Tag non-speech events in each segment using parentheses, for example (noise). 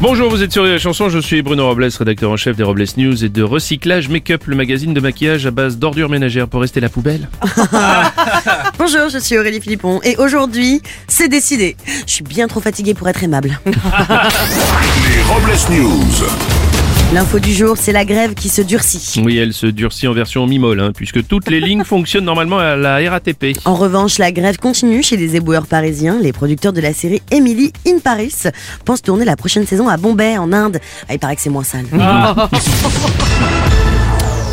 Bonjour, vous êtes sur les chansons, je suis Bruno Robles, rédacteur en chef des Robles News et de Recyclage Make-up, le magazine de maquillage à base d'ordures ménagères pour rester la poubelle. Bonjour, je suis Aurélie Philippon et aujourd'hui, c'est décidé. Je suis bien trop fatiguée pour être aimable. Les Robles News. L'info du jour, c'est la grève qui se durcit. Oui, elle se durcit en version mi-molle, hein, puisque toutes les lignes (laughs) fonctionnent normalement à la RATP. En revanche, la grève continue chez les éboueurs parisiens. Les producteurs de la série Emily in Paris pensent tourner la prochaine saison à Bombay, en Inde. Ah, il paraît que c'est moins sale.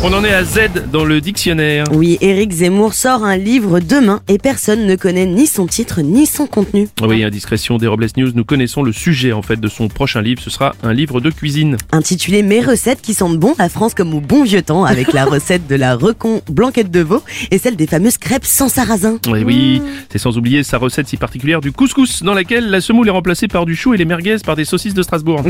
On en est à Z dans le dictionnaire. Oui, Éric Zemmour sort un livre demain et personne ne connaît ni son titre ni son contenu. Oui, indiscrétion des Robles News, nous connaissons le sujet en fait de son prochain livre, ce sera un livre de cuisine. Intitulé Mes recettes qui sentent bon à France comme au bon vieux temps, avec la recette de la recon blanquette de veau et celle des fameuses crêpes sans sarrasin. Oui, Eh oui, c'est sans oublier sa recette si particulière du couscous, dans laquelle la semoule est remplacée par du chou et les merguez par des saucisses de Strasbourg.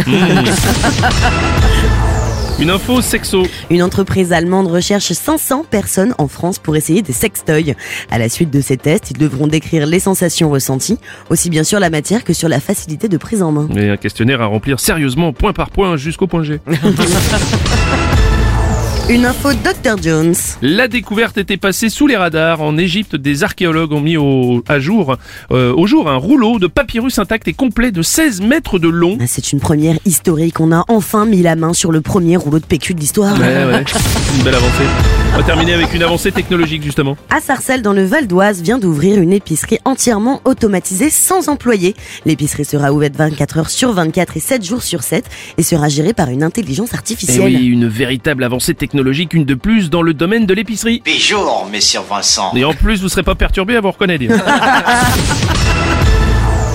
Mmh. Une info sexo. Une entreprise allemande recherche 500 personnes en France pour essayer des sextoys. À la suite de ces tests, ils devront décrire les sensations ressenties, aussi bien sur la matière que sur la facilité de prise en main. Et un questionnaire à remplir sérieusement, point par point, jusqu'au point (laughs) G. Une info Dr Jones. La découverte était passée sous les radars. En Égypte, des archéologues ont mis au, à jour, euh, au jour un rouleau de papyrus intact et complet de 16 mètres de long. Ah, C'est une première historique. On a enfin mis la main sur le premier rouleau de PQ de l'histoire. Ouais, ouais, (laughs) une belle avancée. On va terminer avec une avancée technologique justement. À Sarcelles, dans le Val d'Oise, vient d'ouvrir une épicerie entièrement automatisée sans employés. L'épicerie sera ouverte 24 heures sur 24 et 7 jours sur 7 et sera gérée par une intelligence Et artificielle. Eh oui, une véritable avancée technologique, une de plus dans le domaine de l'épicerie. Bonjour, messieurs Vincent. Et en plus, vous serez pas perturbé à vous reconnaître. (laughs)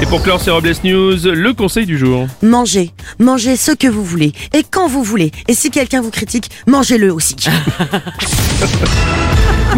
Et pour clore ces Robles News, le conseil du jour. Mangez, mangez ce que vous voulez et quand vous voulez. Et si quelqu'un vous critique, mangez-le aussi.